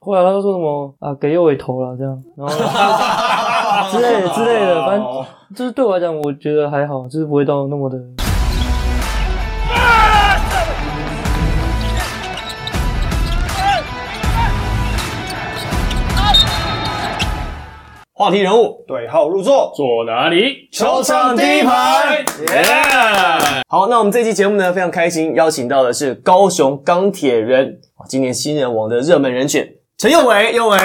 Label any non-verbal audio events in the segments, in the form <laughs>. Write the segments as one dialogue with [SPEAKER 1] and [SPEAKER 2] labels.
[SPEAKER 1] 后来他说什么啊，给右尾投了这样，然后 <laughs> 之类的之类
[SPEAKER 2] 哦
[SPEAKER 1] 的，反正就是对我来讲，我觉得还好，就是不会到那么的。
[SPEAKER 2] 话题人物对号入座，
[SPEAKER 3] 坐哪里？
[SPEAKER 2] 球场第一排。
[SPEAKER 3] 耶！
[SPEAKER 2] 好，那我们这期节目呢，非常开心，邀请到的是高雄钢铁人，哇今年新人王的热门人选陈佑伟，佑伟。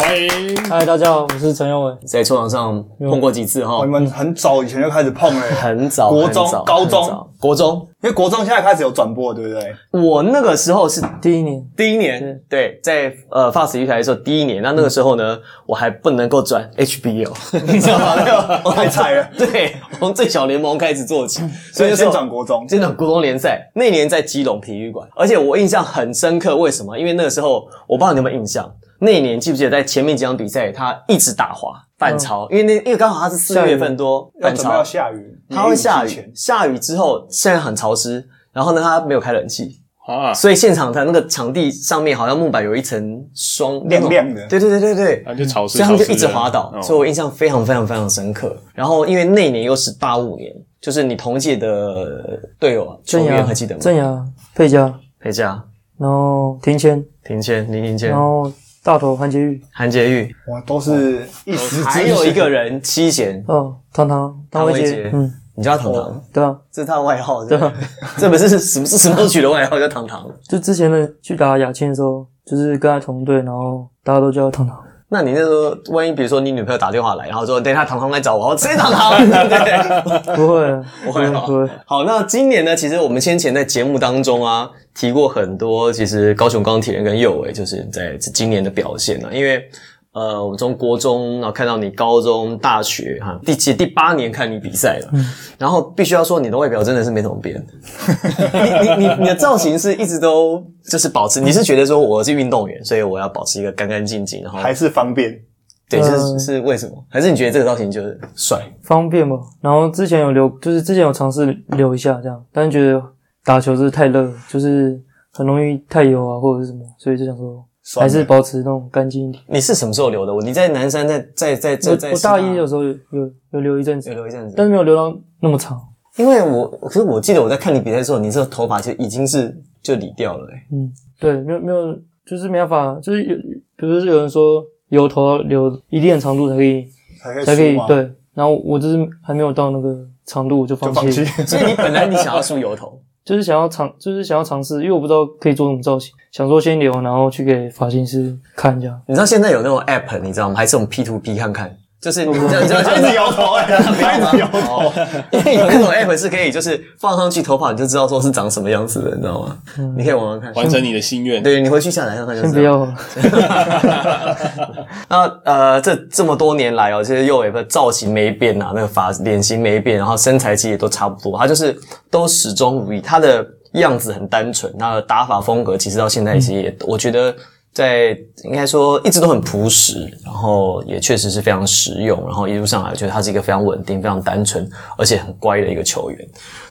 [SPEAKER 3] 欢迎。
[SPEAKER 1] 嗨，大家好，我是陈耀伟。
[SPEAKER 2] 在球场上碰过几次哈
[SPEAKER 4] 我？们很早以前就开始
[SPEAKER 2] <laughs>
[SPEAKER 4] 碰了、
[SPEAKER 2] 很早，
[SPEAKER 4] 国中
[SPEAKER 2] 很早
[SPEAKER 4] 高中
[SPEAKER 2] 很早国中，
[SPEAKER 4] 因为国中现在开始有转播，对不对？
[SPEAKER 2] 我那个时候是
[SPEAKER 1] 第一年，
[SPEAKER 2] 第一年，对，在呃 FAST 一台的时候第一年，那那个时候呢，我还不能够转 HBO，你知道吗？那个我
[SPEAKER 4] 太菜了
[SPEAKER 2] 对，从最小联盟开始做起，
[SPEAKER 4] 所以
[SPEAKER 2] 那时
[SPEAKER 4] 先
[SPEAKER 2] 候
[SPEAKER 4] 转国中，
[SPEAKER 2] 真的国中联赛那年在基隆体育馆，而且我印象很深刻，为什么？因为那个时候我不知道你有没有印象，那一年记不记得在前面几场比赛他一直打滑反潮，因为那因为刚好他是四
[SPEAKER 1] 下雨
[SPEAKER 2] 月份多
[SPEAKER 4] 要
[SPEAKER 2] 反
[SPEAKER 4] 准备要
[SPEAKER 2] 潮，
[SPEAKER 4] 嗯下雨，
[SPEAKER 2] 它会下
[SPEAKER 4] 梅雨季
[SPEAKER 2] 雨
[SPEAKER 4] 前，
[SPEAKER 2] 下雨之后现在很潮湿，然后呢他没有开冷气，
[SPEAKER 3] 啊，
[SPEAKER 2] 所以现场的那个场地上面好像木板有一层霜，
[SPEAKER 4] 亮亮的
[SPEAKER 2] 对对对对对，
[SPEAKER 3] 那就潮湿，
[SPEAKER 2] 哦所以他们就
[SPEAKER 3] 潮湿
[SPEAKER 2] 一直
[SPEAKER 3] 的
[SPEAKER 2] 滑倒，
[SPEAKER 3] 哦
[SPEAKER 2] 所以我印象非常非常非常深刻。然后因为那年又是八五年，就是你同届的队友啊，球
[SPEAKER 1] 郑
[SPEAKER 2] 员
[SPEAKER 1] 雅
[SPEAKER 2] 还记得吗？
[SPEAKER 1] 郑雅、佩佳，
[SPEAKER 2] 裴佳、
[SPEAKER 1] 然后庭谦，
[SPEAKER 2] 庭谦、林庭谦
[SPEAKER 1] 然、后大头韩杰玉，
[SPEAKER 2] 韩杰玉，
[SPEAKER 4] 哇，都是一时之
[SPEAKER 2] 还有一个人七贤，
[SPEAKER 1] 哦，唐唐唐
[SPEAKER 2] 唐
[SPEAKER 1] 维
[SPEAKER 2] 维
[SPEAKER 1] 杰
[SPEAKER 2] 杰，
[SPEAKER 1] 嗯，
[SPEAKER 2] 你叫他糖糖，
[SPEAKER 1] 对啊，
[SPEAKER 2] 哦这是他的外号，对吧？ <laughs> 这不是什么是什么时候取的外号叫糖糖？
[SPEAKER 1] 就之前的去打亚青的时候，就是跟他同队，然后大家都叫他唐
[SPEAKER 2] <laughs>
[SPEAKER 1] 唐。
[SPEAKER 2] 那你那时候万一比如说你女朋友打电话来，然后说等一下糖糖来找我，我谁糖糖？ <laughs> 对不对？
[SPEAKER 1] 不会啊，
[SPEAKER 2] 不 <laughs>
[SPEAKER 1] 不
[SPEAKER 2] 会哦
[SPEAKER 1] 不会。
[SPEAKER 2] 好，那今年呢，其实我们先前在节目当中啊，提过很多，其实高雄钢铁人跟右伟就是在这今年的表现啊呢、因为。呃，我们从国中然后看到你高中、大学哈，第七、第八年看你比赛了，然后必须要说你的外表真的是没怎么变， <laughs> 你你你你的造型是一直都就是保持，你是觉得说我是运动员，所以我要保持一个干干净净，然后
[SPEAKER 4] 还是方便，
[SPEAKER 2] 对，是
[SPEAKER 1] 呃
[SPEAKER 2] 是为什么？还是你觉得这个造型就是帅？
[SPEAKER 1] 方便吧。然后之前有留，就是之前有尝试留一下这样，但是觉得打球是太热，就是很容易太油啊或者是什么，所以就想说
[SPEAKER 4] 算
[SPEAKER 1] 还
[SPEAKER 4] 了
[SPEAKER 1] 是保持那种干净一点。
[SPEAKER 2] 你是什么时候留的？我你在南山在在在在在
[SPEAKER 1] 我我大一
[SPEAKER 2] 有
[SPEAKER 1] 有时候有有有留一阵
[SPEAKER 2] 有
[SPEAKER 1] 子，
[SPEAKER 2] 留一阵子，
[SPEAKER 1] 但是没有留到那么长。
[SPEAKER 2] 因为我可是我记得我在看你比赛的时候，你这个头发就已经是就理掉了、 <laughs> 欸，
[SPEAKER 1] 嗯，对，没有没有，就是没办法，就是有，比如说有人说油头要留一定的长度才可以
[SPEAKER 4] 才可以
[SPEAKER 1] 才可以
[SPEAKER 4] 输嘛，
[SPEAKER 1] 对，然后我就是还没有到那个长度我就
[SPEAKER 4] 就
[SPEAKER 1] 放
[SPEAKER 4] 放
[SPEAKER 1] 弃
[SPEAKER 4] 弃
[SPEAKER 1] 了，。
[SPEAKER 2] <laughs> 所以你本来你想要梳油头，
[SPEAKER 1] 就是想要尝，就是想要尝试，因为我不知道可以做什么造型，想说先留，然后去给发型师看一下。
[SPEAKER 2] 你知道现在有那种 app 你知道吗？还是我们 P to P 看看，就是你知道你知道
[SPEAKER 4] 他一
[SPEAKER 2] <laughs>
[SPEAKER 4] 直摇头，哎，他 <laughs> 一直摇头，
[SPEAKER 2] 因为有那种 app 是可以就是放上去头发你就知道说是长什么样子的，你知道吗？你可以玩玩看。
[SPEAKER 3] 完成你的心愿。
[SPEAKER 2] 对，你回去下载看看就
[SPEAKER 1] 先
[SPEAKER 2] 知
[SPEAKER 1] 不
[SPEAKER 2] 道。
[SPEAKER 1] 要了，
[SPEAKER 2] <laughs> 那呃，这这么多年来哦，其实右尾的造型没变啊，那个发脸型没变，然后身材其实也都差不多，他就是都始终如一，他的样子很单纯，他的打法风格其实到现在其实也，我觉得在应该说一直都很朴实，然后也确实是非常实用，然后一路上来，我觉得他是一个非常稳定、非常单纯，而且很乖的一个球员。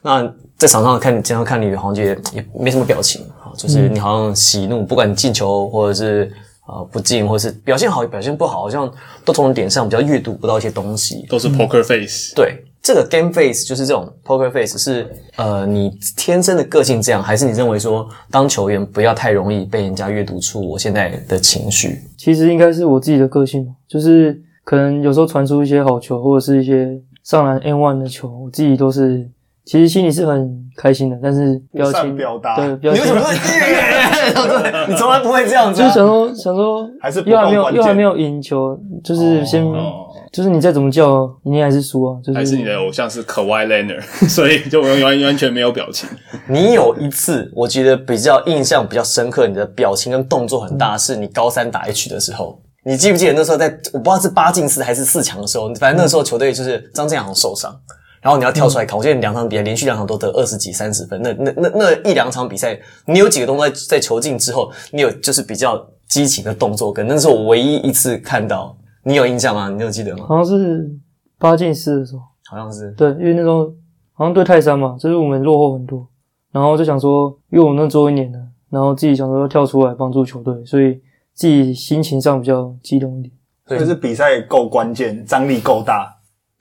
[SPEAKER 2] 那在场上看你，经常看你，好像也也没什么表情啊，就是你好像喜怒，不管你进球或者是啊、呃不进，或者是表现好表现不好，好像都从你脸上比较阅读不到一些东西。
[SPEAKER 4] 嗯
[SPEAKER 3] 都是 poker face，
[SPEAKER 2] 对，这个 game face 就是这种 poker face，是呃你天生的个性这样，还是你认为说当球员不要太容易被人家阅读出我现在的情绪？
[SPEAKER 1] <laughs> 其实应该是我自己的个性，就是可能有时候传出一些好球或者是一些上篮 N one 的球，我自己都是其实心里是很开心的，但是表
[SPEAKER 4] 善
[SPEAKER 1] 情
[SPEAKER 4] 表达
[SPEAKER 1] 对表
[SPEAKER 2] 你
[SPEAKER 1] 情
[SPEAKER 2] 为什么会？你从来不会这样子、
[SPEAKER 1] 就是
[SPEAKER 2] 啊。
[SPEAKER 1] 想说想说，
[SPEAKER 4] 还是不
[SPEAKER 1] 又还
[SPEAKER 4] 够
[SPEAKER 1] 没有
[SPEAKER 4] 关
[SPEAKER 1] 又还
[SPEAKER 4] 键
[SPEAKER 1] 没有赢球，就是先、
[SPEAKER 3] 哦
[SPEAKER 1] 就是你再怎么叫，你还是输啊，
[SPEAKER 4] 嗯
[SPEAKER 1] 就是
[SPEAKER 3] 还是你的偶像是 Kawhi Leonard，所 <laughs> 以就完完完全没有表情。
[SPEAKER 2] 你有一次，我觉得比较印象比较深刻，你的表情跟动作很大，是你高三打 H 的时候。你记不记得那时候在我不知道是八进四还是四强的时候，反正那时候球队就是张镇阳好像受伤，然后你要跳出来扛。我记得你两场比赛连续两场都得二十几、三十分，那那那那一两场比赛，你有几个动作在在球进之后，你有就是比较激情的动作跟，那是我唯一一次看到，你有印象吗？你有记得吗？
[SPEAKER 1] 好像是八进四的时候，
[SPEAKER 2] 好像是
[SPEAKER 1] 对，因为那时候好像对泰山嘛，就是我们落后很多，然后就想说，因为我们那做一年的，然后自己想说要跳出来帮助球队，所以自己心情上比较激动一点。
[SPEAKER 2] 对
[SPEAKER 4] 就是比赛够关键，张力够大，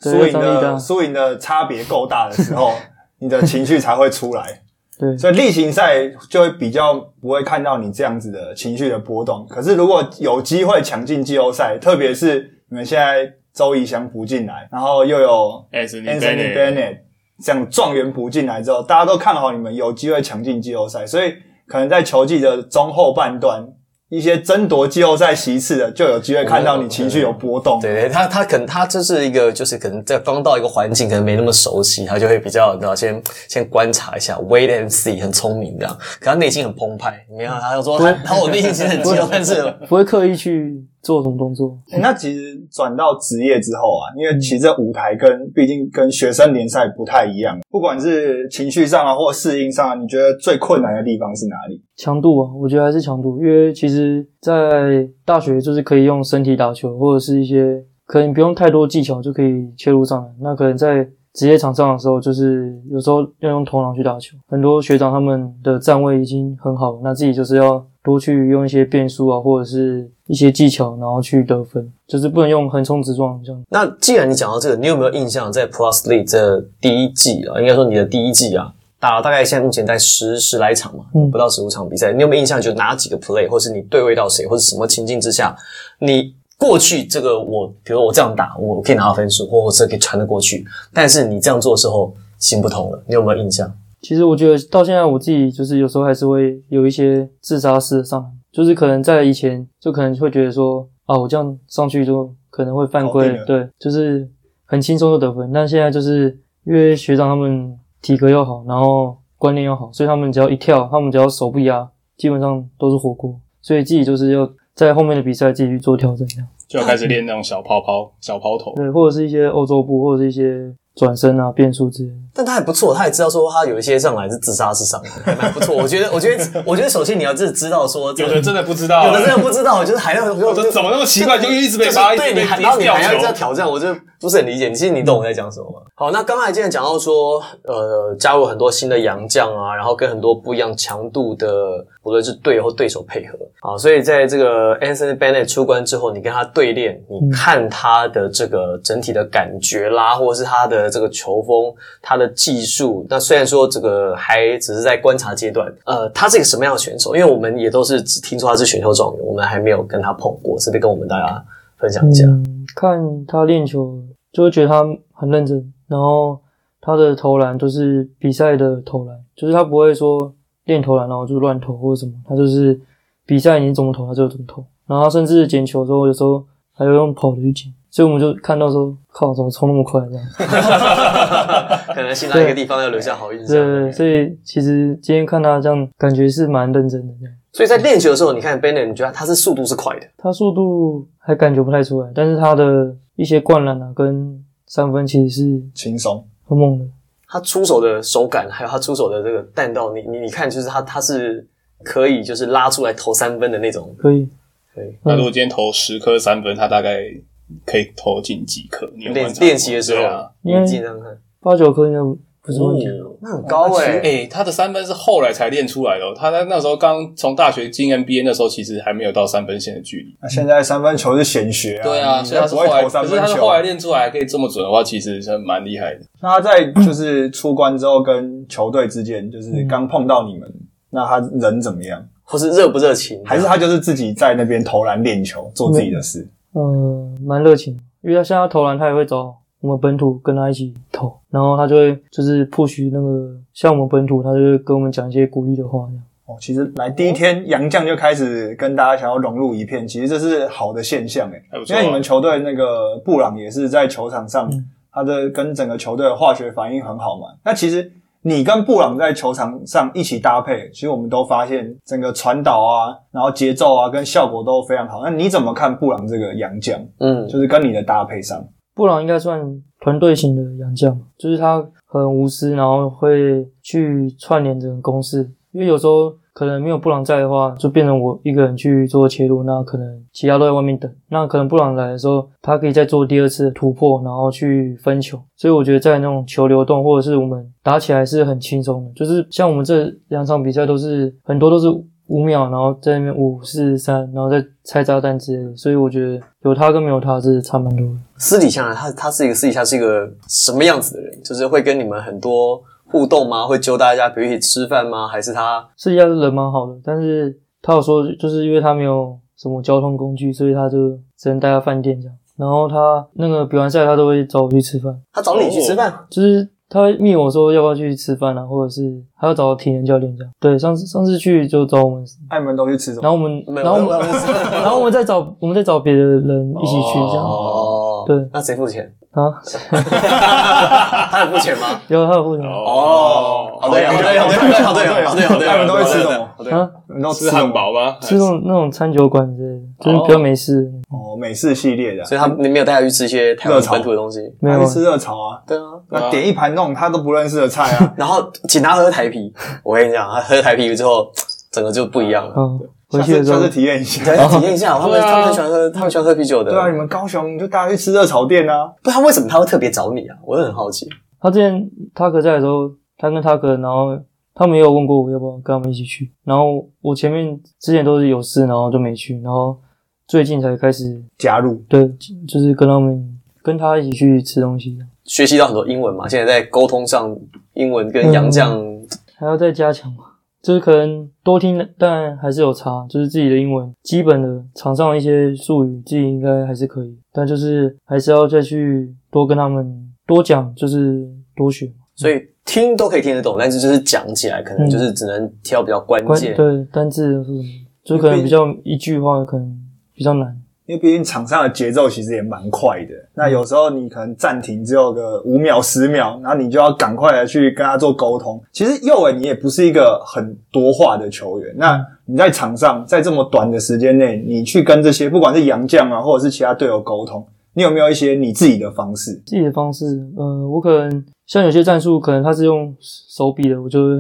[SPEAKER 1] 对
[SPEAKER 4] 输赢
[SPEAKER 1] 张力
[SPEAKER 4] 的
[SPEAKER 1] 大
[SPEAKER 4] 输赢的差别够大的时
[SPEAKER 1] <laughs>
[SPEAKER 4] 候，你的情绪才会出来。
[SPEAKER 1] 对，
[SPEAKER 4] 所以例行赛就会比较不会看到你这样子的情绪的波动。可是如果有机会抢进季后赛，特别是你们现在周怡翔补进来，然后又有
[SPEAKER 3] Anthony
[SPEAKER 4] Anthony
[SPEAKER 3] Bennett
[SPEAKER 4] Bennett 这样状元补进来之后，大家都看好你们有机会抢进季后赛，所以可能在球季的中后半段，一些争夺季后赛席次的就有机会看到你情绪有波动。
[SPEAKER 2] 对对，他他可能他就是一个，就是可能在刚到一个环境，可能没那么熟悉，他就会比较，你知道，先先观察一下，wait and see，很聪明这样。可他内心很澎湃，你没看他就说，他他我内心其实很激动，但是
[SPEAKER 1] 不会刻意去做什么动作。
[SPEAKER 4] 欸那其实转到职业之后啊，因为其实这舞台跟毕竟跟学生联赛不太一样，不管是情绪上啊，或适应上啊，你觉得最困难的地方是哪里？
[SPEAKER 1] 强度啊，我觉得还是强度，因为其实，在大学就是可以用身体打球，或者是一些可能不用太多技巧就可以切入上来。那可能在职业场上的时候，就是有时候要用头脑去打球。很多学长他们的站位已经很好，那自己就是要多去用一些变数啊，或者是一些技巧，然后去得分，就是不能用横冲直撞这样。
[SPEAKER 2] 那既然你讲到这个，你有没有印象在 Plus League 这第一季啊？应该说你的第一季啊，打了大概现在目前在十十来场嘛，
[SPEAKER 1] 嗯
[SPEAKER 2] 不到十五场比赛，你有没有印象？就哪几个 play，或是你对位到谁，或是什么情境之下，你过去这个我，比如我这样打，我可以拿到分数，或我是可以传得过去，但是你这样做的时候行不通了，你有没有印象？
[SPEAKER 1] 其实我觉得到现在我自己就是有时候还是会有一些自杀式的上篮，就是可能在以前就可能会觉得说啊，我这样上去就可能会犯
[SPEAKER 4] 搞
[SPEAKER 1] 规
[SPEAKER 4] 定了，
[SPEAKER 1] 对，就是很轻松就得分。但现在就是因为学长他们体格又好，然后观念又好，所以他们只要一跳，他们只要手不压，基本上都是火锅。所以自己就是要在后面的比赛自己去做调整，这样
[SPEAKER 3] 就要开始练那种小抛抛、小抛
[SPEAKER 4] 嗯
[SPEAKER 3] 投。
[SPEAKER 1] 对，或者是一些欧洲步，或者是一些转身啊、变速之类的。
[SPEAKER 2] 但他还不错，他也知道说他有一些上来是自杀式上篮，还蛮不错。我觉得，我觉得，我觉得首先你要是知道说这
[SPEAKER 3] 有
[SPEAKER 2] 个，
[SPEAKER 3] 的真的不知道，
[SPEAKER 2] 有的真的不知道，就是还要
[SPEAKER 3] 我说怎么那么奇怪，就一直被发，一
[SPEAKER 2] 对
[SPEAKER 3] 直
[SPEAKER 2] 你
[SPEAKER 3] 被
[SPEAKER 2] 还，然后你
[SPEAKER 3] 掉
[SPEAKER 2] 还要这样
[SPEAKER 3] 球。
[SPEAKER 2] 挑战，我就不是很理解。你其实你懂我在讲什么吗？好，那刚才既然讲到说，呃，加入很多新的洋将啊，然后跟很多不一样强度的，无论是队友或对手配合啊，所以在这个 Anthony Bennett 出关之后，你跟他对练，你看他的这个整体的感觉啦，或者是他的这个球风，他的技术。那虽然说这个还只是在观察阶段，呃，他是一个什么样的选手？因为我们也都是只听说他是选秀状元，我们还没有跟他碰过，是不是跟我们大家分享一下？
[SPEAKER 1] 嗯，看他练球，就会觉得他很认真，然后他的投篮就是比赛的投篮，就是他不会说练投篮然后就乱投或者什么，他就是比赛你怎么投他就怎么投，然后他甚至捡球的时候有时候还会用跑的去捡，所以我们就看到说靠，怎么冲那么快这样？
[SPEAKER 2] <laughs> 可能新来一个地方要留下好印象。
[SPEAKER 1] 对对对，所以其实今天看他这样，感觉是蛮认真的这样。
[SPEAKER 2] 所以在练球的时候，你看 Bennett，你觉得他是速度是快的，
[SPEAKER 1] 他速度还感觉不太出来，但是他的一些灌篮啊跟三分其实是
[SPEAKER 4] 轻松，
[SPEAKER 1] 很猛的。
[SPEAKER 2] 他出手的手感，还有他出手的这个弹道，你你你看，就是他他是可以就是拉出来投三分的那种。
[SPEAKER 1] 可以，
[SPEAKER 2] 对，
[SPEAKER 3] 那如果今天投十颗三分，他大概可以投进几颗？你有观
[SPEAKER 2] 练
[SPEAKER 3] 察过
[SPEAKER 2] 练习的时候，
[SPEAKER 3] 对啊，
[SPEAKER 2] 你
[SPEAKER 1] 嗯
[SPEAKER 2] 尽量看。
[SPEAKER 1] 八九颗应该不是问题。啊
[SPEAKER 2] 哦那很高哎、
[SPEAKER 3] 哎、他的三分是后来才练出来的哦、他在那时候刚从大学进 NBA 那时候，其实还没有到三分线的距离。
[SPEAKER 4] 那现在三分球是显学啊，
[SPEAKER 3] 对啊，
[SPEAKER 4] 你
[SPEAKER 3] 所以他是
[SPEAKER 4] 不
[SPEAKER 3] 后
[SPEAKER 4] 会
[SPEAKER 3] 来，
[SPEAKER 4] 投三
[SPEAKER 3] 可是
[SPEAKER 4] 分
[SPEAKER 3] 他是
[SPEAKER 4] 球啊
[SPEAKER 3] 后。来练出来可以这么准的话，其实是蛮厉害的。
[SPEAKER 4] 那他在就是出关之后跟球队之间，就是刚碰到你们，那他人怎么样？
[SPEAKER 2] 或是热不热情？
[SPEAKER 4] 还是他就是自己在那边投篮练球，做自己的事？
[SPEAKER 1] 嗯，蛮热情的，因为他现在投篮，他也会找我们本土跟他一起投，然后他就会就是不许那个像我们本土，他就会跟我们讲一些鼓励的话，这样
[SPEAKER 4] 哦，其实来第一天，杨绛就开始跟大家想要融入一片，其实这是好的现象欸诶、
[SPEAKER 3] 还不错
[SPEAKER 4] 因
[SPEAKER 3] 啊
[SPEAKER 4] 为你们球队那个布朗也是在球场上，
[SPEAKER 1] 嗯
[SPEAKER 4] 他的跟整个球队的化学反应很好嘛。那其实你跟布朗在球场上一起搭配，其实我们都发现整个传导啊，然后节奏啊跟效果都非常好。那你怎么看布朗这个杨绛，
[SPEAKER 2] 嗯，
[SPEAKER 4] 就是跟你的搭配上？
[SPEAKER 1] 布朗应该算团队型的洋将，就是他很无私，然后会去串联整个攻势。因为有时候可能没有布朗在的话，就变成我一个人去做切入，那可能其他都在外面等。那可能布朗来的时候，他可以再做第二次的突破，然后去分球。所以我觉得在那种球流动或者是我们打起来是很轻松的，就是像我们这两场比赛都是很多都是五秒，然后在那边五四三，然后再拆炸弹之类的。所以我觉得有他跟没有他是差蛮多的。
[SPEAKER 2] 私底下呢他他是一个私底下是一个什么样子的人？就是会跟你们很多互动吗？会揪大家，比如一起吃饭吗？还是他
[SPEAKER 1] 私底下是人蛮好的，但是他有说，就是因为他没有什么交通工具，所以他就只能待在饭店这样。然后他那个比完赛，他都会找我去吃饭，啊
[SPEAKER 2] 他找你去吃饭？
[SPEAKER 1] 就是他会密我说要不要去吃饭啊，或者是他要找体能教练这样。对，上次上次去就找我们，
[SPEAKER 4] 哎，你们都去吃什
[SPEAKER 1] 然
[SPEAKER 4] 么？
[SPEAKER 1] 后我们
[SPEAKER 2] 没有
[SPEAKER 1] 然后我
[SPEAKER 2] 没有
[SPEAKER 1] 们
[SPEAKER 2] 没有
[SPEAKER 1] 然后我们再找我们再找别的人一起去这样。
[SPEAKER 2] 哦，
[SPEAKER 1] 对
[SPEAKER 2] 那谁付钱？
[SPEAKER 1] 啊，
[SPEAKER 2] <laughs> 他有付钱吗？
[SPEAKER 1] 有他有付钱
[SPEAKER 2] 哦，好对，好对，好对，好对，好对，好对，
[SPEAKER 4] 那你们都会吃什么？
[SPEAKER 1] 啊，
[SPEAKER 4] 你们都
[SPEAKER 3] <laughs> 吃
[SPEAKER 4] 什么
[SPEAKER 3] 汉？堡吗？
[SPEAKER 1] 吃那种那种餐酒馆之类的，就是比较没事。
[SPEAKER 4] 哦，美式系列的，
[SPEAKER 2] 所以他你没有带他去吃一些台湾本土的东西？
[SPEAKER 1] 没有
[SPEAKER 4] 还是吃热炒啊？
[SPEAKER 2] 对啊。，
[SPEAKER 3] 对啊
[SPEAKER 4] 那点一盘那种他都不认识的菜啊
[SPEAKER 2] 然后请他喝台 <laughs> 啤，我跟你讲，他喝台啤之后，整个就不一样了。
[SPEAKER 1] 嗯， <laughs> 回
[SPEAKER 4] 下
[SPEAKER 1] 去的
[SPEAKER 4] 次
[SPEAKER 1] 时
[SPEAKER 4] 下
[SPEAKER 1] 候
[SPEAKER 4] 次体验一下。
[SPEAKER 2] 哦对，体验一下，他们
[SPEAKER 3] 对啊
[SPEAKER 2] 他们喜欢喝，他们喜欢喝啤酒的。
[SPEAKER 4] 对啊，你们高雄就大家去吃热炒店啊。
[SPEAKER 2] 不，他为什么他会特别找你啊？我很好奇。
[SPEAKER 1] 他之前他哥在的时候，他跟他哥，然后他们也有问过我要不要跟他们一起去，然后我前面之前都是有事，然后就没去，然后最近才开始，
[SPEAKER 4] 加入
[SPEAKER 1] 对，就是跟他们跟他一起去吃东西，
[SPEAKER 2] 学习到很多英文嘛，现在在沟通上，英文跟洋将，
[SPEAKER 1] 还要再加强嘛，就是可能多听，但还是有差，就是自己的英文基本的场上一些术语，自己应该还是可以，但就是还是要再去多跟他们多讲，就是多学。
[SPEAKER 2] 所以听都可以听得懂，但是就是讲起来可能就是只能挑比较嗯关
[SPEAKER 1] 关
[SPEAKER 2] 键。
[SPEAKER 1] 对单字是什么，就可能比较一句话可能比较难。
[SPEAKER 4] 因为毕竟场上的节奏其实也蛮快的，那有时候你可能暂停只有个五秒、十秒，然后你就要赶快的去跟他做沟通。其实右尾你也不是一个很多话的球员，那你在场上在这么短的时间内，你去跟这些不管是洋将啊，或者是其他队友沟通，你有没有一些你自己的方式？
[SPEAKER 1] 自己的方式，呃，我可能像有些战术，可能他是用手比的，我就会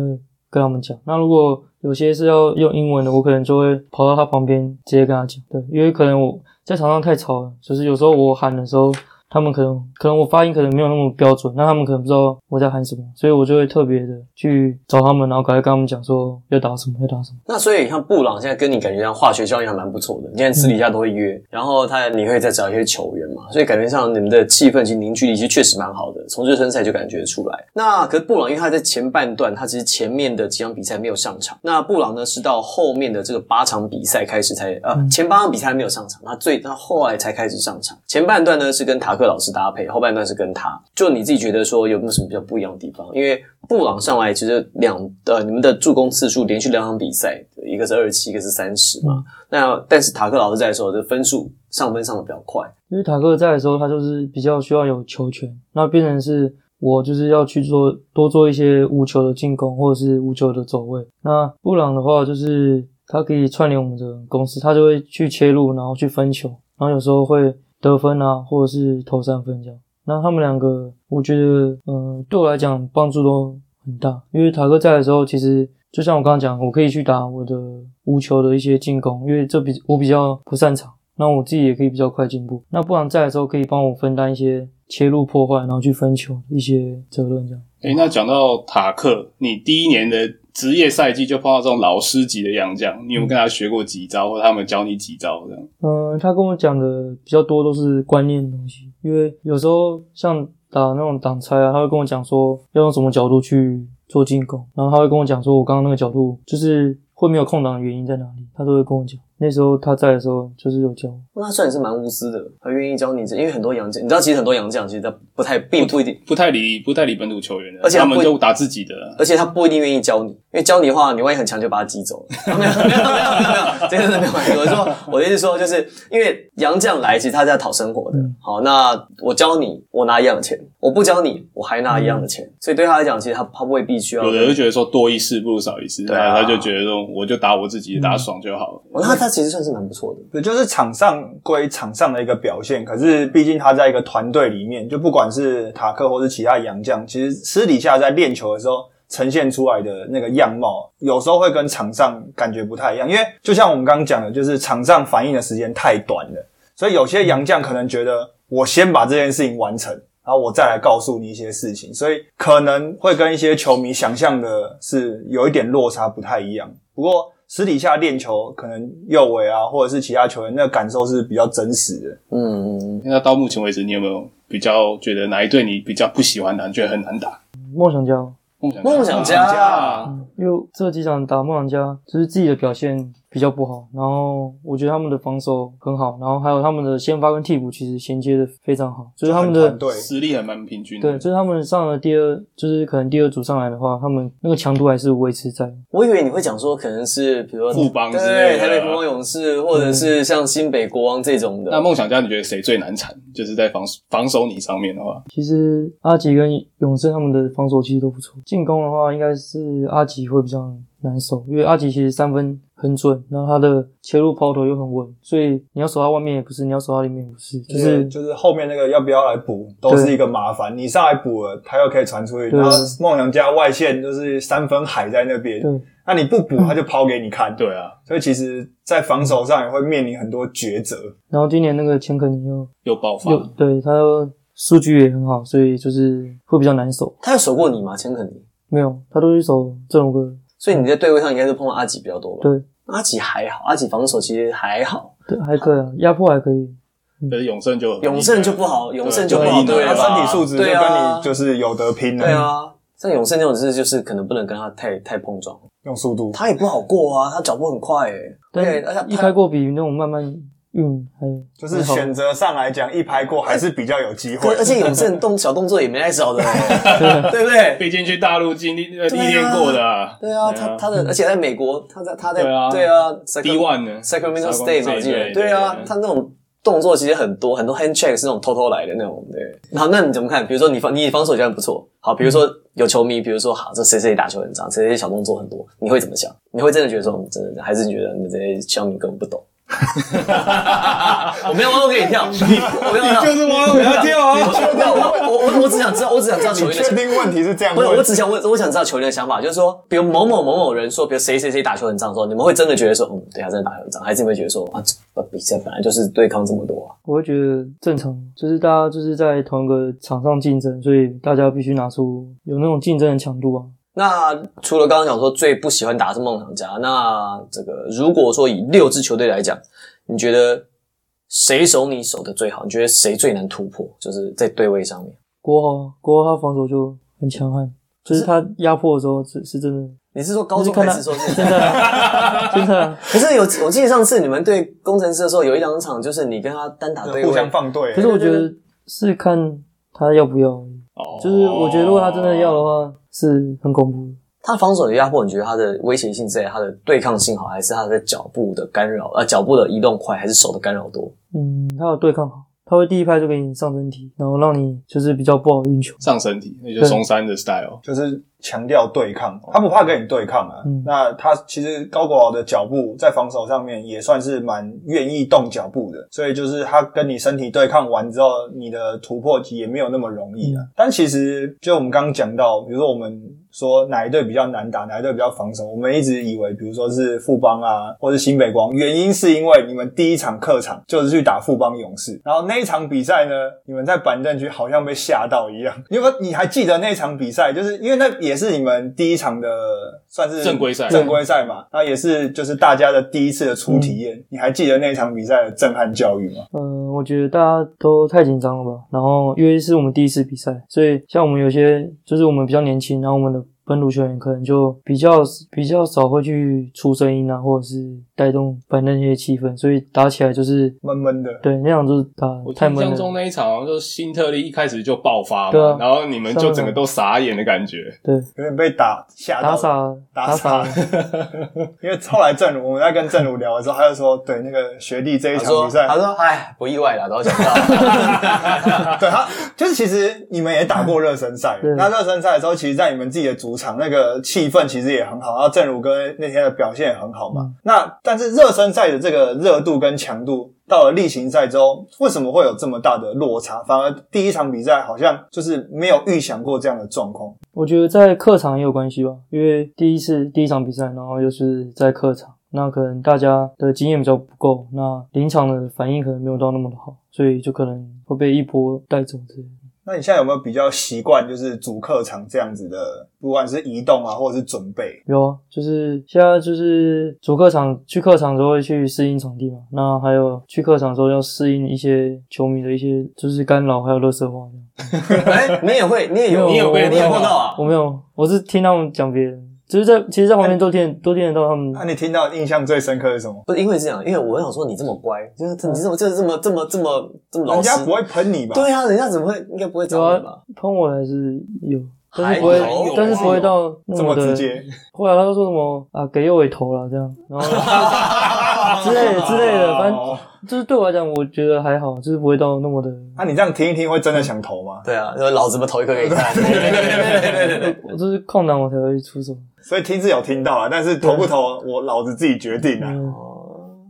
[SPEAKER 1] 跟他们讲。那如果有些是要用英文的，我可能就会跑到他旁边直接跟他讲。对，因为可能我在场上太吵了，就是有时候我喊的时候，他们可能可能我发音可能没有那么标准，那他们可能不知道我在喊什么，所以我就会特别的去找他们，然后赶快跟他们讲说要打什么，要打什么。
[SPEAKER 2] 那所以像布朗现在跟你感觉像化学效应还蛮不错的，你现在私底下都会约，然后他你会再找一些球员嘛，所以感觉上你们的气氛其实凝聚力其实确实蛮好的，从热身赛就感觉得出来。那可是布朗因为他在前半段，他其实前面的几场比赛没有上场，那布朗呢是到后面的这个八场比赛开始才呃
[SPEAKER 1] 嗯
[SPEAKER 2] 前八场比赛还没有上场，他最他后来才开始上场，前半段呢是跟塔克老师搭配，后半段是跟他。就你自己觉得说有没有什么比较不一样的地方？因为布朗上来其实两呃你们的助攻次数连续两场比赛，一个是二十七，一个是三十嘛。那但是塔克老师在的时候，这分数上分上的比较快，
[SPEAKER 1] 因为塔克在的时候，他就是比较需要有球权，那变成是我就是要去做多做一些无球的进攻或者是无球的走位。那布朗的话，就是他可以串联我们的公司，他就会去切入，然后去分球，然后有时候会得分啊，或者是投三分这样。那他们两个，我觉得，嗯、对我来讲帮助都很大，因为塔克在的时候，其实就像我刚刚讲，我可以去打我的无球的一些进攻，因为这比我比较不擅长，那我自己也可以比较快进步。那布朗在的时候，可以帮我分担一些切入破坏，然后去分球的一些责任，这样。
[SPEAKER 3] 诶、哎那讲到塔克，你第一年的职业赛季就碰到这种老师级的洋将，你有没有跟他学过几招，或者他们教你几招这样？
[SPEAKER 1] 嗯，他跟我讲的比较多都是观念的东西，因为有时候像打那种挡拆啊，他会跟我讲说要用什么角度去做进攻，然后他会跟我讲说我刚刚那个角度就是会没有空档的原因在哪里，他都会跟我讲。那时候他在的时候就是有教我，
[SPEAKER 2] 那算是蛮无私的，他愿意教你这，因为很多洋将，你知道其实很多洋将其实他不太并不一定。
[SPEAKER 3] 不太理不太理本土球员的，
[SPEAKER 2] 而且他
[SPEAKER 3] 他
[SPEAKER 2] 不
[SPEAKER 3] 们就打自己的。
[SPEAKER 2] 而且他不一定愿意教你，因为教你的话，你万一很强就把他挤走
[SPEAKER 1] <laughs>
[SPEAKER 2] 了。没有没有没有没有，这个真的没有。我是说我的意思是说，就是因为杨绛来，其实他是在讨生活的。
[SPEAKER 1] 嗯
[SPEAKER 2] 好，那我教你，我拿一样的钱；我不教你，我还拿一样的钱。
[SPEAKER 1] 嗯
[SPEAKER 2] 所以对他来讲，其实他他未必需要。
[SPEAKER 3] 有的人就觉得说多一事不如少一事，
[SPEAKER 2] 啊对啊嗯
[SPEAKER 3] 他就觉得说我就打我自己的，打爽就好了。
[SPEAKER 2] 哦那他其实算是蛮不错的。
[SPEAKER 4] 对，就是场上归场上的一个表现，可是毕竟他在一个团队里面，就不管是塔克或是其他洋将，其实私底下在练球的时候呈现出来的那个样貌，有时候会跟场上感觉不太一样，因为就像我们刚刚讲的，就是场上反应的时间太短了，所以有些洋将可能觉得我先把这件事情完成。然后我再来告诉你一些事情，所以可能会跟一些球迷想象的是有一点落差，不太一样。不过私底下练球，可能右尾啊，或者是其他球员，那个感受是比较真实的。
[SPEAKER 2] 嗯嗯，
[SPEAKER 3] 那到目前为止，你有没有比较觉得哪一队你比较不喜欢打，你觉得很难打？
[SPEAKER 1] 梦想家，
[SPEAKER 3] 梦想
[SPEAKER 2] 梦想家
[SPEAKER 3] 家
[SPEAKER 1] 嗯因为这几场打梦想家，就是自己的表现比较不好，然后我觉得他们的防守很好，然后还有他们的先发跟替补其实衔接的非常好，就是他们的
[SPEAKER 4] 很团队
[SPEAKER 3] 实力还蛮平均的。
[SPEAKER 1] 对，就是他们上了第二，就是可能第二组上来的话，他们那个强度还是维持在。
[SPEAKER 2] 我以为你会讲说可能是比如说
[SPEAKER 3] 富邦之类
[SPEAKER 2] 对
[SPEAKER 3] 的
[SPEAKER 2] 台北富邦勇士，或者是像新北国王这种的。
[SPEAKER 3] 那梦想家，你觉得谁最难缠？就是在防守防守你上面的话，
[SPEAKER 1] 其实阿吉跟永胜他们的防守其实都不错，进攻的话应该是阿吉会比较难守，因为阿吉其实三分很准，然后他的切入抛投又很稳，所以你要守他外面也不是，你要守他里面也不是，就
[SPEAKER 4] 因为
[SPEAKER 1] 是
[SPEAKER 4] 就是后面那个要不要来补都是一个麻烦，你上来补了，他又可以传出去，
[SPEAKER 1] 对
[SPEAKER 4] 然后梦想家外线就是三分海在那边，
[SPEAKER 1] 对
[SPEAKER 4] 那你不补他就抛给你看，，
[SPEAKER 3] 对啊，
[SPEAKER 4] 所以其实，在防守上也会面临很多抉择。
[SPEAKER 1] 然后今年那个钱肯尼又
[SPEAKER 3] 又爆发，
[SPEAKER 1] 又对他又数据也很好，所以就是会比较难守。
[SPEAKER 2] 他有守过你吗？钱肯尼？
[SPEAKER 1] 没有，他都是守这种个，
[SPEAKER 2] 所以你在对位上应该是碰到阿吉比较多吧？
[SPEAKER 1] 对，
[SPEAKER 2] 阿吉还好，阿吉防守其实还好，
[SPEAKER 1] 对还可以啊，压迫还可以。
[SPEAKER 3] 可是永胜就
[SPEAKER 2] 永胜就不好
[SPEAKER 3] 对
[SPEAKER 2] 永胜就
[SPEAKER 4] 就
[SPEAKER 2] 不
[SPEAKER 4] 是
[SPEAKER 2] 好
[SPEAKER 4] 你
[SPEAKER 2] 对
[SPEAKER 4] 他
[SPEAKER 2] 啊
[SPEAKER 4] 身体素质就
[SPEAKER 2] 对
[SPEAKER 4] 跟
[SPEAKER 2] 啊
[SPEAKER 4] 你就是有得 <laughs> 拼了，
[SPEAKER 2] 对，啊。 <laughs> 像永胜这种事，就是可能不能跟他太太碰撞，
[SPEAKER 4] 用速度。
[SPEAKER 2] 他也不好过啊，他脚步很快诶、
[SPEAKER 1] 但
[SPEAKER 2] 对，而且他
[SPEAKER 1] 一开过比那种慢慢运还
[SPEAKER 2] <laughs>
[SPEAKER 4] 就是选择上来讲，一拍过还是比较有机会
[SPEAKER 2] 对，。而且永胜动小动作也没太少的、
[SPEAKER 1] 对
[SPEAKER 2] 对不对？
[SPEAKER 3] 毕竟去大陆经历呃
[SPEAKER 2] 对
[SPEAKER 3] 历
[SPEAKER 2] 啊
[SPEAKER 3] 练过的啊，
[SPEAKER 2] 对啊，
[SPEAKER 3] 对
[SPEAKER 2] 他
[SPEAKER 3] 啊
[SPEAKER 2] 他的，而且在美国，他在他在
[SPEAKER 3] 对啊
[SPEAKER 2] 对啊
[SPEAKER 3] ，D one 呢
[SPEAKER 2] Sacramento State 嘛，我记得对啊，他那种动作其实很多，很多 hand check 是那种偷偷来的那种。对，好，那你怎么看？比如说你防你防守觉得很不错，好，比如说有球迷，比如说好，这谁谁打球很长，谁谁小动作很多，你会怎么想？你会真的觉得说，嗯真的，还是你觉得你们这些球迷根本不懂？ <laughs> 我没有要给你跳，我没有要跳，
[SPEAKER 4] <laughs> 就是我不要跳啊！
[SPEAKER 2] 我我我我只想知道，我只想知道球
[SPEAKER 4] 你
[SPEAKER 2] 员的
[SPEAKER 4] 确
[SPEAKER 2] 想法。
[SPEAKER 4] 定问题是这样
[SPEAKER 2] 不
[SPEAKER 4] 问
[SPEAKER 2] 是，？我只想问，我想知道球员的想法，就是说，比如某某某某人说，比如谁谁谁打球很脏的时候，你们会真的觉得说，嗯，对啊，真的打球很脏，还是你会觉得说，啊，这比赛本来就是对抗这么多啊？
[SPEAKER 1] 我会觉得正常，就是大家就是在同一个场上竞争，所以大家必须拿出有那种竞争的强度啊。
[SPEAKER 2] 那除了刚刚讲说最不喜欢打的是梦想家，那这个如果说以六支球队来讲，你觉得谁守你守的最好？你觉得谁最难突破？就是在对位上面，
[SPEAKER 1] 国豪，国豪他防守就很强悍，就是他压迫的时候是是真的，
[SPEAKER 2] 你是说高中
[SPEAKER 1] 就是看
[SPEAKER 2] 还
[SPEAKER 1] 他
[SPEAKER 2] 是说现
[SPEAKER 1] <laughs> 真
[SPEAKER 2] 在？
[SPEAKER 1] 的啊真的啊。
[SPEAKER 2] 可是有，我记得上次你们对工程师的时候，有一两场就是你跟他单打对位，
[SPEAKER 4] 互相放对
[SPEAKER 1] 可，是我觉得是看他要不要，
[SPEAKER 3] 哦
[SPEAKER 1] 就是我觉得如果他真的要的话，是很恐怖的。
[SPEAKER 2] 他防守的压迫，你觉得他的威胁性在他的对抗性好，还是他的脚步的干扰？呃，脚步的移动快，还是手的干扰多？
[SPEAKER 1] 嗯，他有对抗好，他会第一拍就给你上身体，然后让你就是比较不好运球。
[SPEAKER 3] 上身体，那就是松山的 style。
[SPEAKER 4] 就是强调对抗，
[SPEAKER 2] 嗯
[SPEAKER 4] 他不怕跟你对抗啊。
[SPEAKER 1] 嗯
[SPEAKER 4] 那他其实高国豪的脚步在防守上面也算是蛮愿意动脚步的，所以就是他跟你身体对抗完之后，你的突破也没有那么容易啊。但其实就我们刚刚讲到，比如说我们。说哪一队比较难打，哪一队比较防守？我们一直以为，比如说是富邦啊，或是新北光，原因是因为你们第一场客场就是去打富邦勇士，然后那一场比赛呢，你们在板凳区好像被吓到一样。 <laughs> 因为你还记得那场比赛，就是因为那也是你们第一场的算是
[SPEAKER 3] 正规赛
[SPEAKER 4] 正规赛嘛，那也是就是大家的第一次的初体验。你还记得那场比赛的震撼教育吗？
[SPEAKER 1] 嗯，我觉得大家都太紧张了吧。然后因为是我们第一次比赛，所以像我们有些就是我们比较年轻，然后我们的本土球员可能就比较比较少会去出声音啊，或者是带动反正那些气氛，所以打起来就是
[SPEAKER 4] 闷闷的，
[SPEAKER 1] 对那样就是打
[SPEAKER 3] 我
[SPEAKER 1] 太
[SPEAKER 3] 印
[SPEAKER 1] 闷
[SPEAKER 3] 象中
[SPEAKER 1] 了。
[SPEAKER 3] 那一场，好像就是辛特利一开始就爆发
[SPEAKER 1] 对啊
[SPEAKER 3] 嘛，然后你们就整个都傻眼的感觉。
[SPEAKER 1] 对，
[SPEAKER 4] 有点被打吓到
[SPEAKER 1] 打
[SPEAKER 4] 了。
[SPEAKER 1] 傻
[SPEAKER 4] 打
[SPEAKER 1] 傻
[SPEAKER 4] 傻，， <laughs> 因为后来正如我们在跟正如聊的时候，他就说，对那个学弟这一
[SPEAKER 2] 他
[SPEAKER 4] 场
[SPEAKER 2] 说
[SPEAKER 4] 比赛，：“
[SPEAKER 2] 他说，哎，不意外啦，早讲到。
[SPEAKER 4] <laughs> 对他，就是其实你们也打过热身赛
[SPEAKER 1] 对，
[SPEAKER 4] 那热身赛的时候，其实，在你们自己的主场，那个气氛其实也很好。然后正如跟那天的表现也很好嘛。那但是热身赛的这个热度跟强度，到了例行赛之后，为什么会有这么大的落差？反而第一场比赛好像就是没有预想过这样的状况。
[SPEAKER 1] 我觉得在客场也有关系吧，因为第一次第一场比赛，然后又是在客场，那可能大家的经验比较不够，那临场的反应可能没有到那么的好，所以就可能会被一波带走之类的。
[SPEAKER 4] 那你现在有没有比较习惯就是主客场这样子的，不管是移动啊，或者是准备？
[SPEAKER 1] 有啊，就是现在就是主客场去客场的时候会去适应场地嘛，那还有去客场的时候要适应一些球迷的一些就是干扰还有垃圾话这样。
[SPEAKER 2] 哎，你也会，你也有，
[SPEAKER 1] 你有被
[SPEAKER 2] 你也
[SPEAKER 1] 碰到
[SPEAKER 2] 碰到啊？
[SPEAKER 1] 我没有，我是听他们讲别人，就是在其实，在旁边都听都听得到他们
[SPEAKER 4] 那、啊你听到印象最深刻是什么？
[SPEAKER 2] 不是因为这样，因为我想说你这么乖，就是你怎么就是这么这么这么这么老
[SPEAKER 4] 人
[SPEAKER 2] 实？
[SPEAKER 4] 家不会喷你吧？
[SPEAKER 2] 对啊，人家怎么会应该不会找你吧？
[SPEAKER 1] 喷我还是有，但
[SPEAKER 2] 还
[SPEAKER 1] 是不会
[SPEAKER 2] 有，
[SPEAKER 1] 但是不会到那
[SPEAKER 4] 哦这么
[SPEAKER 1] 的
[SPEAKER 4] 直接，
[SPEAKER 1] 后来他就说什么啊，给右尾投了这样，然后 <laughs> 之类的之类的，反正
[SPEAKER 4] 哦
[SPEAKER 1] 就是对我来讲，我觉得还好，就是不会到那么的。
[SPEAKER 4] 那、你这样听一听，会真的想投吗？ <laughs>
[SPEAKER 2] 对啊，就是老子们头一颗给你看。
[SPEAKER 1] 我就是空档我才会出手，
[SPEAKER 4] 所以听是有听到啊，但是投不投，我老子自己决定啊，
[SPEAKER 1] 嗯，
[SPEAKER 2] 哦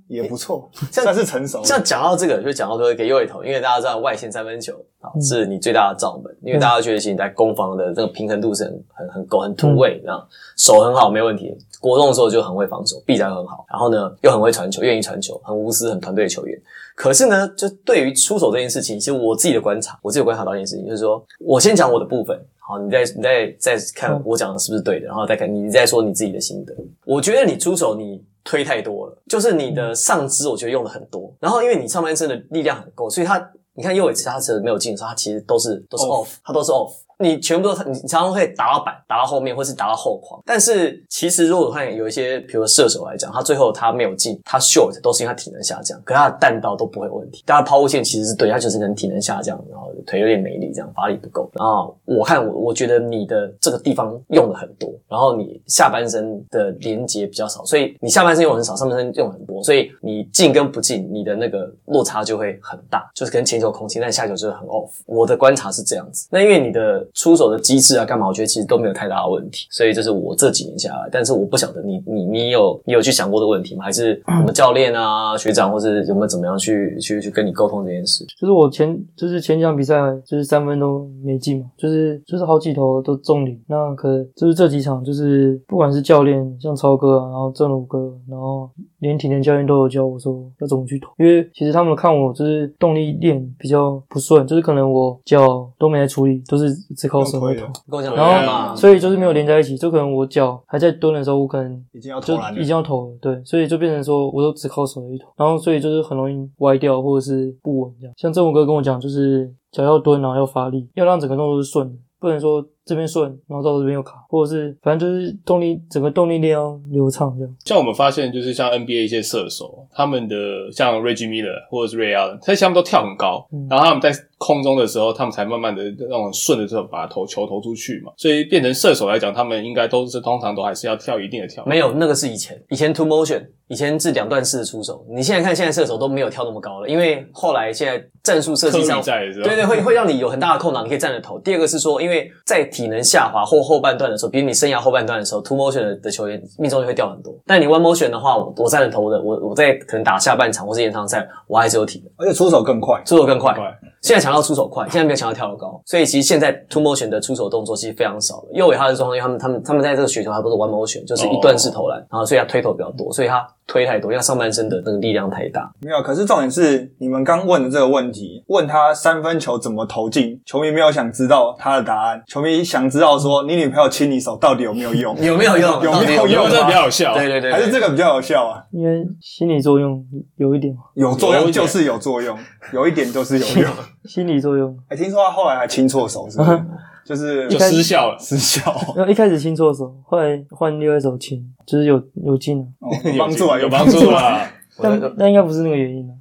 [SPEAKER 4] 也不错，
[SPEAKER 2] 像
[SPEAKER 4] 算是成熟了。
[SPEAKER 2] 像讲到这个，就讲到说给右一头，因为大家知道外线三分球啊是你最大的罩门，因为大家觉得其实你在攻防的这个平衡度是很很很够很突位，然后手很好没问题。国中的时候就很会防守，臂展很好，然后呢又很会传球，愿意传球，很无私，很团队的球员。可是呢，就对于出手这件事情，其实我自己的观察，我自己有观察到一件事情，就是说我先讲我的部分，好，你再你再再看
[SPEAKER 1] 嗯
[SPEAKER 2] 我讲的是不是对的，然后再看你再说你自己的心得。我觉得你出手你推太多了，就是你的上肢我觉得用的很多，然后因为你上半身的力量很够，所以他你看右尾其他车没有进的时候，他其实都是都是 off，他都是 off。你全部都你常常会打到板，打到后面，或是打到后框。但是其实如果看有一些，比如说射手来讲，他最后他没有进，他 short 都是因为他体能下降，可他的弹道都不会有问题。但他抛物线其实是对，他就是可能体能下降，然后腿有点没力，这样发力不够。然后我看我我觉得你的这个地方用的很多，然后你下半身的连接比较少，所以你下半身用很少，上半身用很多，所以你进跟不进，你的那个落差就会很大，就是可能前球空心，但下球就是很 off。我的观察是这样子。那因为你的出手的机制啊，干嘛，我觉得其实都没有太大的问题，所以这是我这几年下来，但是我不晓得你你你有你有去想过的问题吗？还是我们教练啊、学长，或是有没有怎么样去去去跟你沟通这件事？
[SPEAKER 1] 就是我前就是前几场比赛就是三分都没进嘛，就是就是好几投都中里。那可就是这几场就是不管是教练像超哥啊，然后正鲁哥，然后连体能教练都有教我说要怎么去投，因为其实他们看我就是动力链比较不顺，就是可能我脚都没在处理，都是只靠
[SPEAKER 4] 用
[SPEAKER 1] 手
[SPEAKER 4] 推
[SPEAKER 1] 来
[SPEAKER 4] 的
[SPEAKER 1] 投。
[SPEAKER 2] 跟我讲
[SPEAKER 3] 对
[SPEAKER 2] 干
[SPEAKER 1] 然
[SPEAKER 2] 嘛
[SPEAKER 1] 后，？所以就是没有连在一起，就可能我脚还在蹲的时候，我可能
[SPEAKER 4] 已经要
[SPEAKER 1] 就
[SPEAKER 4] 投篮了
[SPEAKER 1] 已经，要投了，对，所以就变成说我都只靠手一投，然后所以就是很容易歪掉或者是不稳这样。像正武哥跟我讲，就是脚要蹲，然后要发力，要让整个动作是顺的，不能说这边顺，然后到这边又卡，或者是反正就是动力整个动力链要流畅这样。
[SPEAKER 3] 像我们发现，就是像 NBA 一些射手，他们的像 Reggie Miller 或者是 Ray Allen，他们都跳很高，
[SPEAKER 1] 嗯
[SPEAKER 3] 然后他们在空中的时候，他们才慢慢的那种顺着这种把投球投出去嘛。所以变成射手来讲，他们应该都是通常都还是要跳一定的跳。
[SPEAKER 2] 没有，那个是以前，以前 two motion，以前是两段式的出手。你现在看，现在射手都没有跳那么高了，因为后来现在战术设
[SPEAKER 3] 科
[SPEAKER 2] 计上
[SPEAKER 3] 比，在的时候，
[SPEAKER 2] 对对，会会让你有很大的空档，你可以站着投。第二个是说，因为在体能下滑或后半段的时候，比如你生涯后半段的时候，two motion 的的球员命中率会掉很多。但你 one motion 的话，我我站着投的，我我在可能打下半场或是延长赛，我还是有体能，
[SPEAKER 4] 而且出手更快。
[SPEAKER 2] 出手更快。
[SPEAKER 3] 快
[SPEAKER 2] 现在强调出手快，现在没有强调跳得高，所以其实现在 two motion 的出手动作其实非常少了。右尾他的状况，因为他们他们他们在这个雪球还不是 one motion，就是一段式投篮，然后所以他推头比较多，所以他推太多，因为他上半身的那个力量太大。
[SPEAKER 4] 没有，可是重点是你们刚问的这个问题，问他三分球怎么投进，球迷没有想知道他的答案，球迷想知道说你女朋友亲你手到底有没有用，
[SPEAKER 2] 有没有用？
[SPEAKER 4] 有
[SPEAKER 2] 到底
[SPEAKER 4] 没有
[SPEAKER 3] 因
[SPEAKER 4] 用
[SPEAKER 3] 为
[SPEAKER 4] 啊
[SPEAKER 3] 这比较有效。
[SPEAKER 2] 对对 <laughs> 对，
[SPEAKER 4] 还是这个比较有效啊？
[SPEAKER 1] 因为心理作用有一点嘛，
[SPEAKER 4] 有作
[SPEAKER 3] 有
[SPEAKER 4] 用
[SPEAKER 3] 一点
[SPEAKER 4] 就是有作用，有一点就是有用。
[SPEAKER 1] 心理作用。
[SPEAKER 4] 哎，听说他后来还亲错手，是不是？就
[SPEAKER 3] <laughs>
[SPEAKER 4] 是
[SPEAKER 3] 就失效了，
[SPEAKER 4] 失效，
[SPEAKER 1] 然后一开始轻错手，后来换另外一手轻，就是有有进了，
[SPEAKER 4] 哦 <laughs> 有帮助啊，
[SPEAKER 3] 有
[SPEAKER 4] 帮
[SPEAKER 3] 帮助。啊。
[SPEAKER 2] 我
[SPEAKER 1] 但
[SPEAKER 2] 那个
[SPEAKER 1] 但应该不是那个原因啊。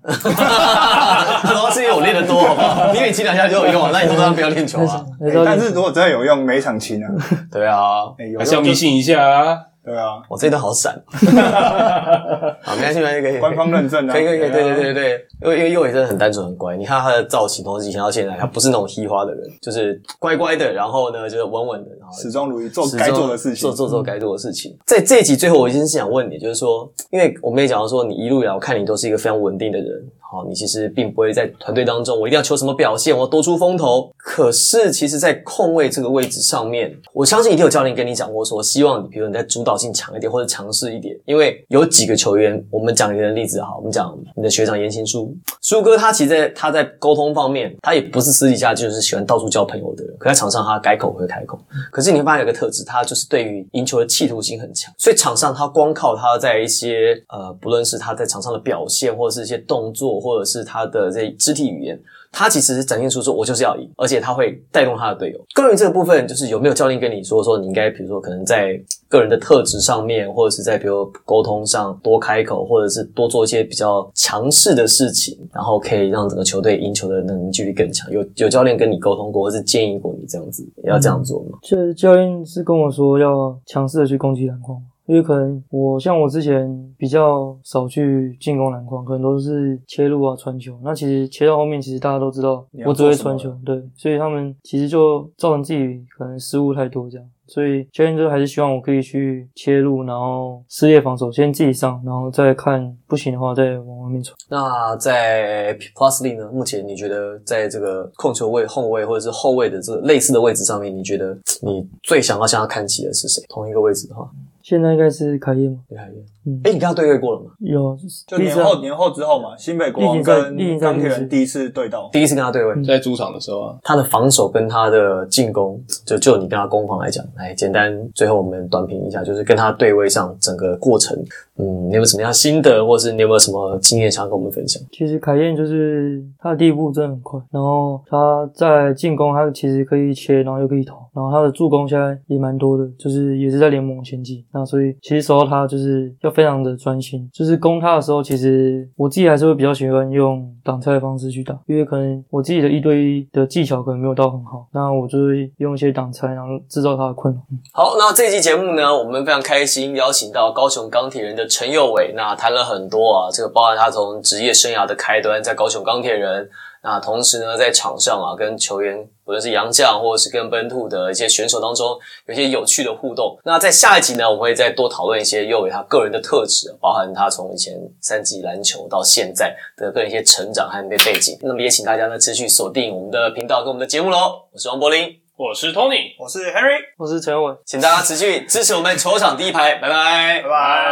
[SPEAKER 2] <laughs> 主要是因为我练得多，好不好？你每亲两下就有用啊，那你通常不要练球 <laughs> 啊。
[SPEAKER 1] 还
[SPEAKER 4] 哎
[SPEAKER 1] 要
[SPEAKER 4] 但
[SPEAKER 1] 练
[SPEAKER 4] 是如果真的有用，每场亲啊，
[SPEAKER 2] 对啊，
[SPEAKER 4] 哎，有
[SPEAKER 3] 还是要
[SPEAKER 4] 用就
[SPEAKER 3] 迷信一下啊！
[SPEAKER 4] 对啊，
[SPEAKER 2] 我这一段好闪。 <laughs> 好，没关系，没关系，可以。
[SPEAKER 4] 官方认证啊，
[SPEAKER 2] <laughs> 可以可以可以，对
[SPEAKER 4] 啊
[SPEAKER 2] 对对对，因为因为右野真的很单纯很乖，你看他的造型，从以前到现在，他不是那种嘻花的人，就是乖乖的，然后呢就是稳稳的，然后
[SPEAKER 4] 始终如一，做该做的事情，嗯
[SPEAKER 2] 做做做该做的事情。在这一集最后，我一定是想问你，就是说，因为我们也讲到说，你一路以来，我看你都是一个非常稳定的人，好，你其实并不会在团队当中，我一定要求什么表现，我要多出风头。可是，其实，在控卫这个位置上面，我相信一定有教练跟你讲过说，希望你，比如你在主导性强一点，或者尝试一点，因为有几个球员，我们讲你的例子好，我们讲你的学长严行书，舒哥他其实在他在沟通方面，他也不是私底下就是喜欢到处交朋友的人，可在场上他改口会开口。可是你会发现有个特质，他就是对于赢球的企图心很强，所以场上他光靠他在一些呃，不论是他在场上的表现，或者是一些动作，或者是他的这些肢体语言，他其实展现出说我就是要赢，而且他会带动他的队友。关于这个部分，就是有没有教练跟你说说你应该，比如说可能在个人的特质上面，或者是在比如沟通上多开口，或者是多做一些比较强势的事情，然后可以让整个球队赢球的能凝聚力更强。有有教练跟你沟通过，或是建议过你这样子也要这样做吗？
[SPEAKER 1] 这教练是跟我说要强势的去攻击篮筐，因为可能我像我之前比较少去进攻篮筐，可能都是切入啊传球。那其实切到后面，其实大家都知道
[SPEAKER 4] 你要
[SPEAKER 1] 我只
[SPEAKER 4] 做
[SPEAKER 1] 会
[SPEAKER 4] 什
[SPEAKER 1] 传
[SPEAKER 4] 么
[SPEAKER 1] 球，对，所以他们其实就造成自己可能失误太多这样。所以教练就还是希望我可以去切入，然后撕裂防守，先自己上，然后再看不行的话再往外面传。
[SPEAKER 2] 那在 Plus Lee 呢？目前你觉得在这个控球位、后卫或者是后卫的这个类似的位置上面，你觉得你最想要向他看齐的是谁？同一个位置的话，
[SPEAKER 1] 现在应该是凯业嘛，
[SPEAKER 2] 厉害一点。
[SPEAKER 1] 嗯，
[SPEAKER 2] 哎，你跟他对位过了吗？
[SPEAKER 1] 有
[SPEAKER 4] 就年后年后之后嘛，新北国王
[SPEAKER 1] 例行赛例
[SPEAKER 4] 跟
[SPEAKER 1] 行赛
[SPEAKER 4] 钢铁
[SPEAKER 1] 就是
[SPEAKER 4] 人第一次对到，
[SPEAKER 2] 第一次跟他对位，
[SPEAKER 1] 嗯
[SPEAKER 3] 在主场的时候啊，
[SPEAKER 2] 他的防守跟他的进攻，就就你跟他攻防来讲，来简单，最后我们短评一下，就是跟他对位上整个过程，嗯，你有没有什么样的心得，或者是你有没有什么经验想要跟我们分享？
[SPEAKER 1] 其实凯燕就是他的第一步真的很快，然后他在进攻，他其实可以切，然后又可以投，然后他的助攻现在也蛮多的，就是也是在联盟前几。那所以其实守到他就是要非常的专心，就是攻他的时候，其实我自己还是会比较喜欢用挡拆的方式去打，因为可能我自己的一对一的技巧可能没有到很好，那我就会用一些挡拆，然后制造他的困扰。嗯
[SPEAKER 2] 好，那这期节目呢，我们非常开心邀请到高雄钢铁人的陈佑伟，那谈了很多啊，这个包含他从职业生涯的开端，在高雄钢铁人，那同时呢，在场上啊，跟球员无论是洋将或者是跟本土的一些选手当中，有一些有趣的互动。那在下一集呢，我们会再多讨论一些佑伟他个人的特质，啊包含他从以前三级篮球到现在的个人一些成长和一些背景。那么也请大家呢持续锁定我们的频道跟我们的节目喽。我是王柏林。
[SPEAKER 3] 我是 Tony，
[SPEAKER 4] 我是 Henry，
[SPEAKER 1] 我是陈伟。
[SPEAKER 2] 请大家持续支持我们球场第一排，拜拜，拜
[SPEAKER 4] 拜。